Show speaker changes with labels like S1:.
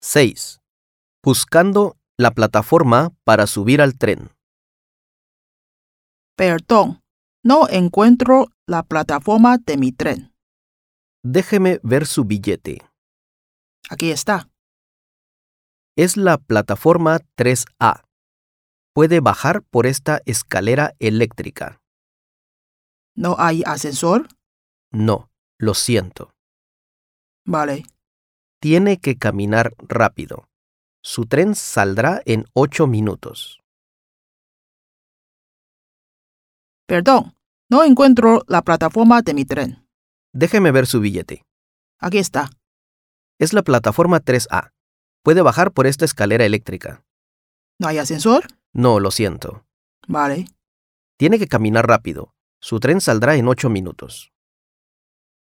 S1: 6. Buscando la plataforma para subir al tren.
S2: Perdón, no encuentro la plataforma de mi tren.
S1: Déjeme ver su billete.
S2: Aquí está.
S1: Es la plataforma 3A. Puede bajar por esta escalera eléctrica.
S2: ¿No hay ascensor?
S1: No, lo siento.
S2: Vale.
S1: Tiene que caminar rápido. Su tren saldrá en ocho minutos.
S2: Perdón, no encuentro la plataforma de mi tren.
S1: Déjeme ver su billete.
S2: Aquí está.
S1: Es la plataforma 3A. Puede bajar por esta escalera eléctrica.
S2: ¿No hay ascensor?
S1: No, lo siento.
S2: Vale.
S1: Tiene que caminar rápido. Su tren saldrá en ocho minutos.